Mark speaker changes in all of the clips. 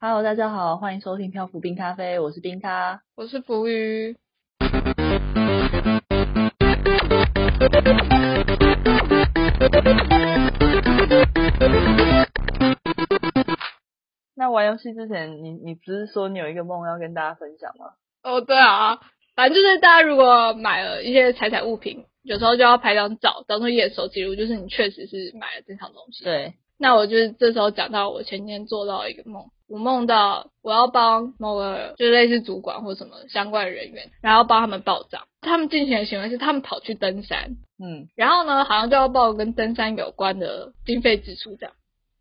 Speaker 1: Hello，大家好，欢迎收听漂浮冰咖啡，我是冰咖。
Speaker 2: 我是浮鱼。
Speaker 1: 那玩游戏之前，你你不是说你有一个梦要跟大家分享吗？
Speaker 2: 哦，对啊，反正就是大家如果买了一些彩彩物品，有时候就要拍张照，当做验收记录，就是你确实是买了这场东西。。
Speaker 1: 对，
Speaker 2: 那我就是这时候讲到我前天做到一个梦，我梦到我要帮某个就是类似主管或什么相关的人员，然后帮他们报账。他们进行的行为是他们跑去登山，
Speaker 1: 嗯，
Speaker 2: 然后呢好像就要报跟登山有关的经费支出这样。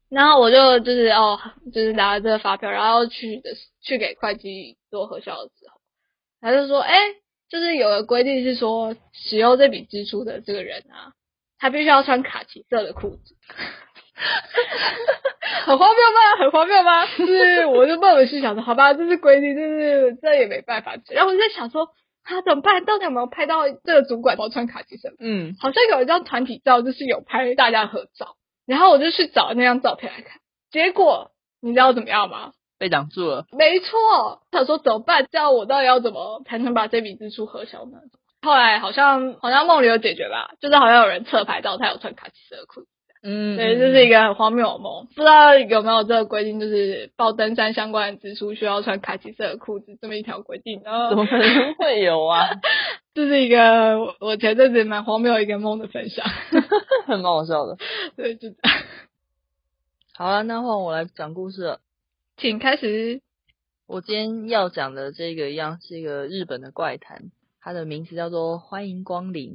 Speaker 2: 然后我就就是哦，就是拿着这个发票，然后去的去给会计做核销的时候，他就说，哎，就是有个规定是说，使用这笔支出的这个人啊，他必须要穿卡其色的裤子。 很荒谬吗？很荒谬吗？就是我就冒本去想着，好吧，这是规定，就是这也没办法。然后我就在想说，他、怎么办？到底有没有拍到这个主管包穿卡其色？
Speaker 1: 嗯，
Speaker 2: 好像有一张团体照，就是有拍大家合照。然后我就去找那张照片来看，结果你知道怎么样吗？
Speaker 1: 被挡住了。
Speaker 2: 没错，想说怎么办？这样我到底要怎么才能把这笔支出核销呢？后来好像好像梦里有解决吧，就是好像有人侧拍到他有穿卡其色的裤子。
Speaker 1: 嗯
Speaker 2: 对，这是一个很荒谬的梦，不知道有没有这个规定，就是报登山相关的支出需要穿卡其色的裤子这么一条规定。然
Speaker 1: 怎么
Speaker 2: 后
Speaker 1: 可能会有啊？
Speaker 2: 这是一个我我前阵子蛮荒谬一个梦的分享。
Speaker 1: 很蛮好笑的。
Speaker 2: 对，就这样，
Speaker 1: 好了，那换我来讲故事了。
Speaker 2: 请开始。
Speaker 1: 我今天要讲的这个一样是一个日本的怪谈，它的名字叫做《欢迎光临》。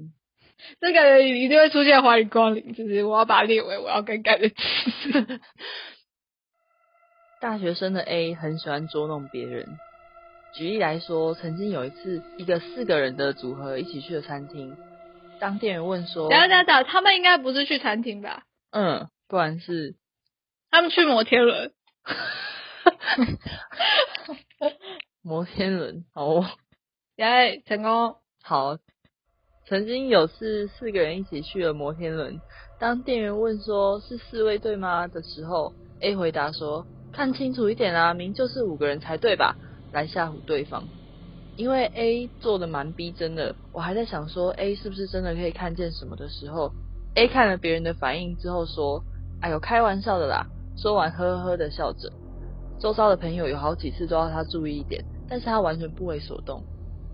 Speaker 2: 这个一定会出现欢迎光临，就是我要把它列为我要更改的。
Speaker 1: 大学生的 A 很喜欢捉弄别人。举例来说，曾经有一次，一个四个人的组合一起去了餐厅，当店员问说
Speaker 2: 等一下等一下等一下，他们应该不是去餐厅吧？：“
Speaker 1: 嗯，不然是
Speaker 2: 他们去摩天轮。
Speaker 1: 摩天轮。”哦，
Speaker 2: 耶，成功！
Speaker 1: 好。曾经有次，四个人一起去了摩天轮，当店员问说是四位对吗的时候，A 回答说：“看清楚一点啊，明就是五个人才对吧？”来吓唬对方。因为 A 做的蛮逼真的，我还在想说 A 是不是真的可以看见什么的时候，A 看了别人的反应之后说：“哎呦，开玩笑的啦！”说完呵呵呵的笑着。周遭的朋友有好几次都要他注意一点，但是他完全不为所动。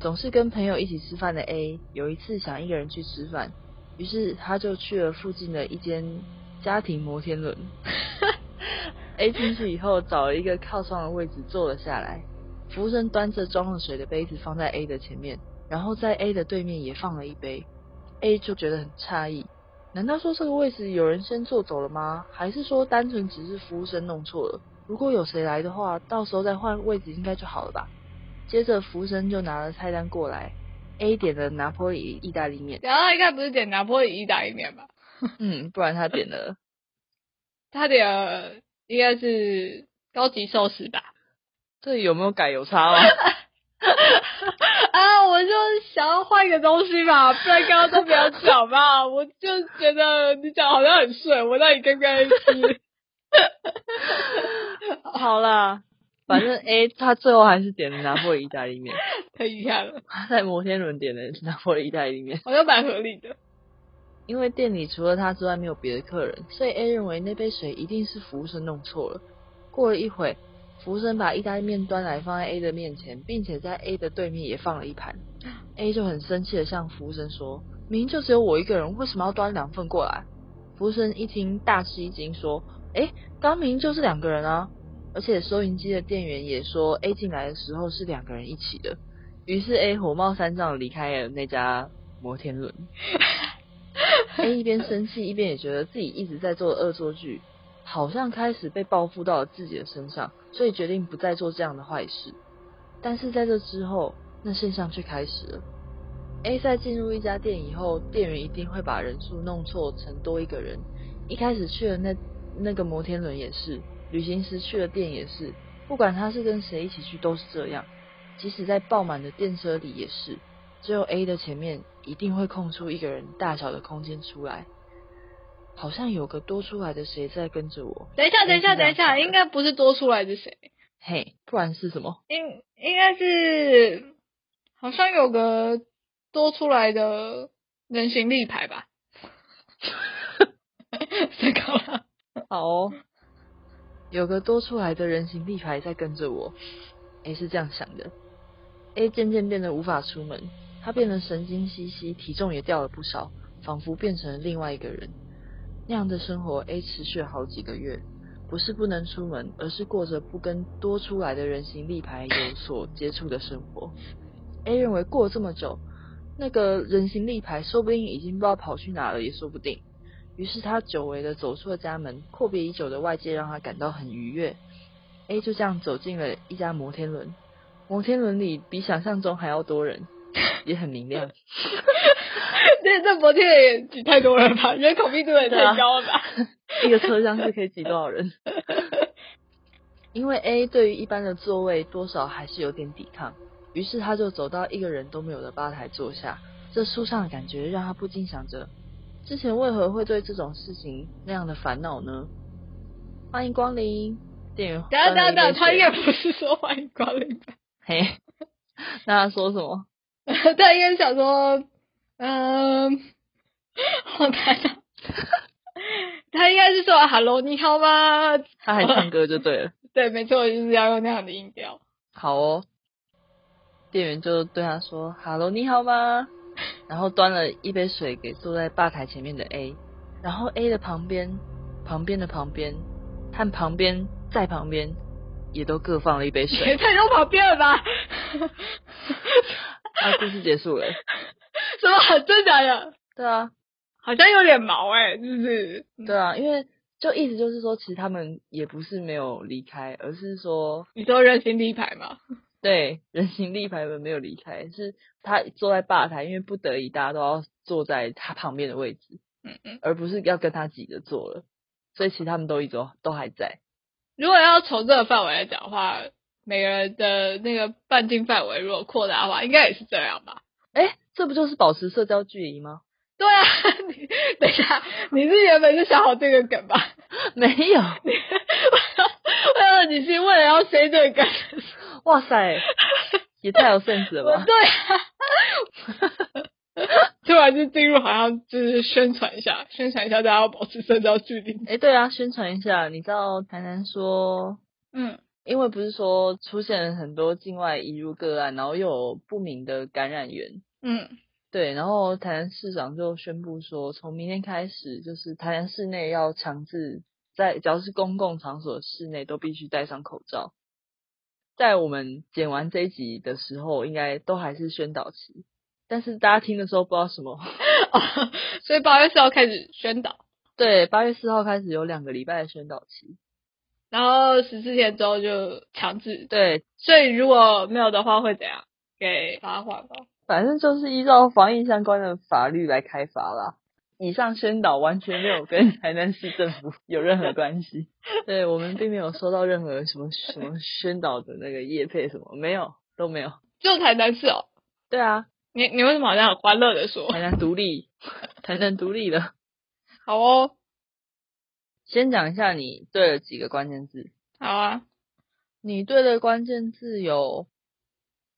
Speaker 1: 总是跟朋友一起吃饭的 A，有一次想一个人去吃饭，于是他就去了附近的一间家庭摩天轮。A 进去以后，找了一个靠窗的位置坐了下来。服务生端着装了水的杯子放在 A 的前面，然后在 A 的对面也放了一杯。A 就觉得很诧异，难道说这个位置有人先坐走了吗？还是说单纯只是服务生弄错了？如果有谁来的话，到时候再换位置应该就好了吧。接着服务生就拿了菜单过来，A 点了拿破里意大利面，
Speaker 2: 然后应该不是点拿破里意大利面吧？
Speaker 1: 嗯，不然他点了
Speaker 2: 他点了应该是高级寿司吧？
Speaker 1: 这有没有改有差吗？
Speaker 2: 啊，我就想要换一个东西嘛，不然刚刚都没有讲嘛，我就觉得你讲好像很顺，我那你该不该吃？
Speaker 1: 好啦，反正 A 他最后还是点了拿破里意大利面，
Speaker 2: 太遗憾了，
Speaker 1: 他在摩天轮点了拿破里意大利面。
Speaker 2: 好像蛮合理的。
Speaker 1: 因为店里除了他之外没有别的客人，所以 A 认为那杯水一定是服务生弄错了。过了一会，服务生把意大利面端来放在 A 的面前，并且在 A 的对面也放了一盘。A 就很生气的向服务生说：“明明就只有我一个人，为什么要端两份过来？”服务生一听大吃一惊，说：“诶，刚明明就是两个人啊！而且收银机的店员也说 A 进来的时候是两个人一起的。”于是 A 火冒三丈地离开了那家摩天轮。A 哎一边生气，一边也觉得自己一直在做恶作剧，好像开始被报复到了自己的身上，所以决定不再做这样的坏事。但是在这之后，那现象却开始了。A 在进入一家店以后，店员一定会把人数弄错成多一个人。一开始去了那那个摩天轮也是，旅行时去的店也是，不管他是跟谁一起去都是这样。即使在爆满的电车里也是，只有 A 的前面一定会空出一个人大小的空间出来，好像有个多出来的谁在跟着我。
Speaker 2: 等一下，等一下，等一下，应该不是多出来的谁，
Speaker 1: 嘿，不然是什么？
Speaker 2: 应应该是好像有个多出来的人形立牌吧？ 谁 搞了？
Speaker 1: 好哦，有个多出来的人形立牌在跟着我。A 是这样想的，A 渐渐变得无法出门，他变得神经兮兮，体重也掉了不少，仿佛变成了另外一个人。那样的生活，A 持续了好几个月，不是不能出门，而是过着不跟多出来的人形立牌有所接触的生活。A 认为过了这么久，那个人形立牌说不定已经不知道跑去哪了，也说不定。于是他久违的走出了家门，阔别已久的外界让他感到很愉悦。A 就这样走进了一家摩天轮，摩天轮里比想象中还要多人， 也很明亮。
Speaker 2: 这这摩天轮也挤太多人吧？人口密度也
Speaker 1: 对啊
Speaker 2: 太高了吧？
Speaker 1: 一个车厢是可以挤多少人？ 因为 A 对于一般的座位多少还是有点抵抗，于是他就走到一个人都没有的吧台坐下。这舒畅的感觉让他不禁想着，之前为何会对这种事情那样的烦恼呢？欢迎光临，店员。
Speaker 2: 等一下等一下等一下，他应
Speaker 1: 一个
Speaker 2: 该不是说欢迎光临吧？
Speaker 1: 嘿，那他说什么？
Speaker 2: 他应该是想说，嗯，好难啊。 他应该是说 “hello，你好吗
Speaker 1: 他还唱歌就对了。”？
Speaker 2: 对，没错，就是要用那样的音调。
Speaker 1: 好哦。店员就对他说：“Hello，你好吗？”然后端了一杯水给坐在吧台前面的 A，然后 A 的旁边、旁边的旁边和旁边再旁边也都各放了一杯
Speaker 2: 也
Speaker 1: 水。
Speaker 2: 太多跑偏了吧？
Speaker 1: 啊，故事结束了。
Speaker 2: 什么？ 真假的？
Speaker 1: 对啊，
Speaker 2: 好像有点毛哎、就是
Speaker 1: 对啊，因为就意思就是说，其实他们也不是没有离开，而是说
Speaker 2: 你说人形立牌嘛？
Speaker 1: 对人形立牌们没有离开，是他坐在吧台，因为不得已大家都要坐在他旁边的位置。
Speaker 2: 嗯嗯。
Speaker 1: 而不是要跟他挤着做了。所以其实他们都一直都还在。
Speaker 2: 如果要从这个范围来讲的话，每个人的那个半径范围如果扩大的话，应该也是这样吧？
Speaker 1: 哎，这不就是保持社交距离吗？
Speaker 2: 对啊， 你等一下，你是原本是想好这个梗吧？
Speaker 1: 没有，
Speaker 2: 呃，你是为了要塞这个梗？
Speaker 1: 哇塞，也太有 sense 了吧！
Speaker 2: 对啊。 突然就进入好像就是宣传一下，宣传一下大家要保持社交距离。
Speaker 1: 哎，对啊，宣传一下，你知道台南说，
Speaker 2: 嗯，
Speaker 1: 因为不是说出现了很多境外移入个案，然后又有不明的感染源。
Speaker 2: 嗯，
Speaker 1: 对，然后台南市长就宣布说，从明天开始，就是台南市内要强制在只要是公共场所室内都必须戴上口罩。在我们剪完这一集的时候，应该都还是宣导期，但是大家听的时候不知道什么。
Speaker 2: 哦， 所以八月四号开始宣导，
Speaker 1: 对，八月四号开始有两个礼拜的宣导期。
Speaker 2: 然后十四天之后就强制。
Speaker 1: 对，
Speaker 2: 所以如果没有的话会怎样？给罚款吧。
Speaker 1: 反正就是依照防疫相关的法律来开罚啦。以上宣导完全没有跟台南市政府 有任何关系，对我们并没有收到任何什么什么宣导的那个业配什么，没有都没有。
Speaker 2: 就台南市哦，
Speaker 1: 对啊，
Speaker 2: 你你为什么好像很欢乐的说？
Speaker 1: 台南独立， 台南独立了。
Speaker 2: 好哦，
Speaker 1: 先讲一下你对了几个关键字，
Speaker 2: 好啊，
Speaker 1: 你对的关键字有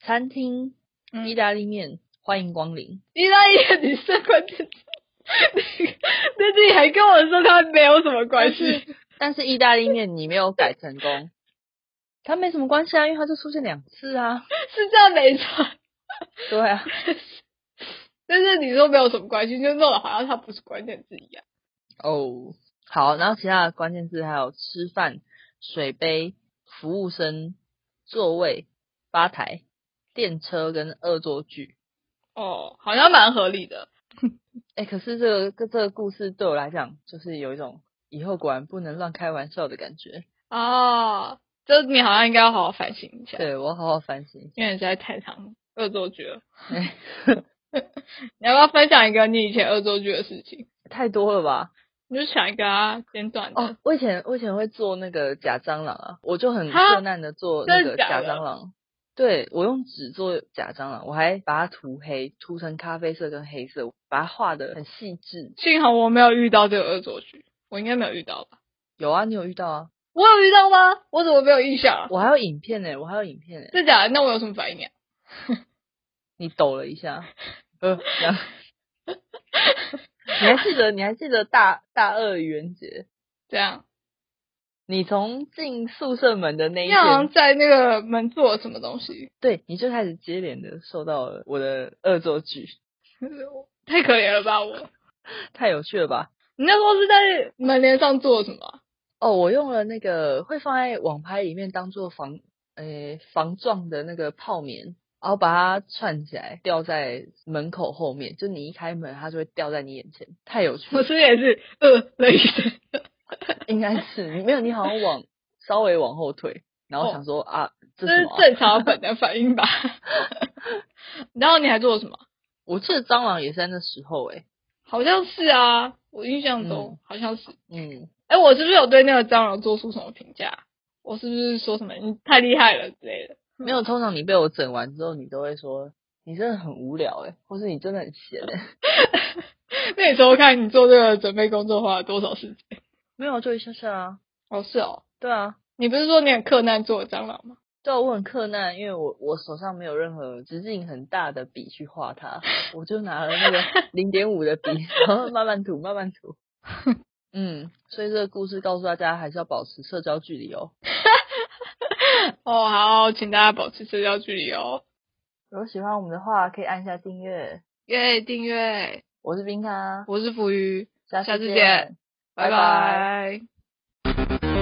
Speaker 1: 餐厅、
Speaker 2: 嗯
Speaker 1: 意大利面、欢迎光临。
Speaker 2: 意大利的女生关键字，你但是你还跟我说他没有什么关系，
Speaker 1: 但是意大利面你没有改成功， 它没什么关系啊，因为它就出现两次啊。
Speaker 2: 是这样没错。
Speaker 1: 对啊，
Speaker 2: 但是你说没有什么关系，就弄得好像它不是关键字一样。
Speaker 1: 哦，好，然后其他的关键字还有吃饭、水杯、服务生、座位、吧台、电车跟恶作剧。
Speaker 2: 哦，好像蛮合理的。
Speaker 1: 哎，可是这个这个故事对我来讲，就是有一种以后果然不能乱开玩笑的感觉。
Speaker 2: 哦，这你好像应该要好好反省一下，
Speaker 1: 对啊我好好反省一下。
Speaker 2: 因为你实在太常恶作剧了。
Speaker 1: 哎
Speaker 2: 你要不要分享一个你以前恶作剧的事情？
Speaker 1: 太多了吧？
Speaker 2: 你就想一个啊，简短的。
Speaker 1: 哦，我以前我以前会做那个假蟑螂啊，我就很
Speaker 2: 哈
Speaker 1: 困难的做那
Speaker 2: 真的
Speaker 1: 个
Speaker 2: 假
Speaker 1: 假
Speaker 2: 的
Speaker 1: 蟑螂。对我用纸做假蟑螂，我还把它涂黑，涂成咖啡色跟黑色，把它画的很细致。
Speaker 2: 幸好我没有遇到这个恶作剧，我应该没有遇到吧？
Speaker 1: 有啊，你有遇到啊？
Speaker 2: 我有遇到吗？我怎么没有印象啊？
Speaker 1: 我还有影片呢、我还有影片呢、
Speaker 2: 真假的？那我有什么反应啊？
Speaker 1: 你抖了一下，呃，然 后你还记得你还记得大大二愚人节，
Speaker 2: 这样，
Speaker 1: 你从进宿舍门的那一
Speaker 2: 你好
Speaker 1: 天
Speaker 2: 像，在那个门做了什么东西，
Speaker 1: 对，你就开始接连的受到了我的恶作剧，
Speaker 2: 太可怜了吧我。
Speaker 1: 太有趣了吧？
Speaker 2: 你那时候是在门帘上做了什么啊？
Speaker 1: 哦，我用了那个会放在网拍里面当做防诶、防撞的那个泡棉，然后把它串起来吊在门口后面，就你一开门，它就会吊在你眼前，太有趣
Speaker 2: 我
Speaker 1: 了，
Speaker 2: 是不是也是呃了一声？
Speaker 1: 应该是你没有，你好像往稍微往后退，然后
Speaker 2: 哦
Speaker 1: 想说、啊，这
Speaker 2: 这
Speaker 1: 是什
Speaker 2: 是
Speaker 1: 么啊、
Speaker 2: 正常的本能反应吧？ 然后你还做了什么？
Speaker 1: 我记得蟑螂也是在那时候诶、
Speaker 2: 好像是啊，我印象
Speaker 1: 嗯
Speaker 2: 中、好像是。
Speaker 1: 嗯，
Speaker 2: 哎、我是不是有对那个蟑螂做出什么评价？我是不是说什么你太厉害了之类的？
Speaker 1: 没有，通常你被我整完之后，你都会说你真的很无聊诶、或是你真的很闲诶、
Speaker 2: 那你候看你做这个准备工作花了多少时间？
Speaker 1: 没有，就一下下啊，
Speaker 2: 哦，是哦，
Speaker 1: 对啊，
Speaker 2: 你不是说你很克难做蟑螂吗？
Speaker 1: 对啊，我很困难，因为我我手上没有任何直径很大的笔去画它，我就拿了 那个零点五的笔，然后慢慢涂，慢慢涂。嗯，所以这个故事告诉大家，还是要保持社交距离哦。
Speaker 2: 哦，好，请大家保持社交距离哦。
Speaker 1: 如果喜欢我们的话，可以按一下订阅。
Speaker 2: 耶，订阅，
Speaker 1: 我是冰咖，
Speaker 2: 我是浮鱼，
Speaker 1: 下
Speaker 2: 下次
Speaker 1: 见，
Speaker 2: 见
Speaker 1: 拜
Speaker 2: 拜
Speaker 1: 拜
Speaker 2: 拜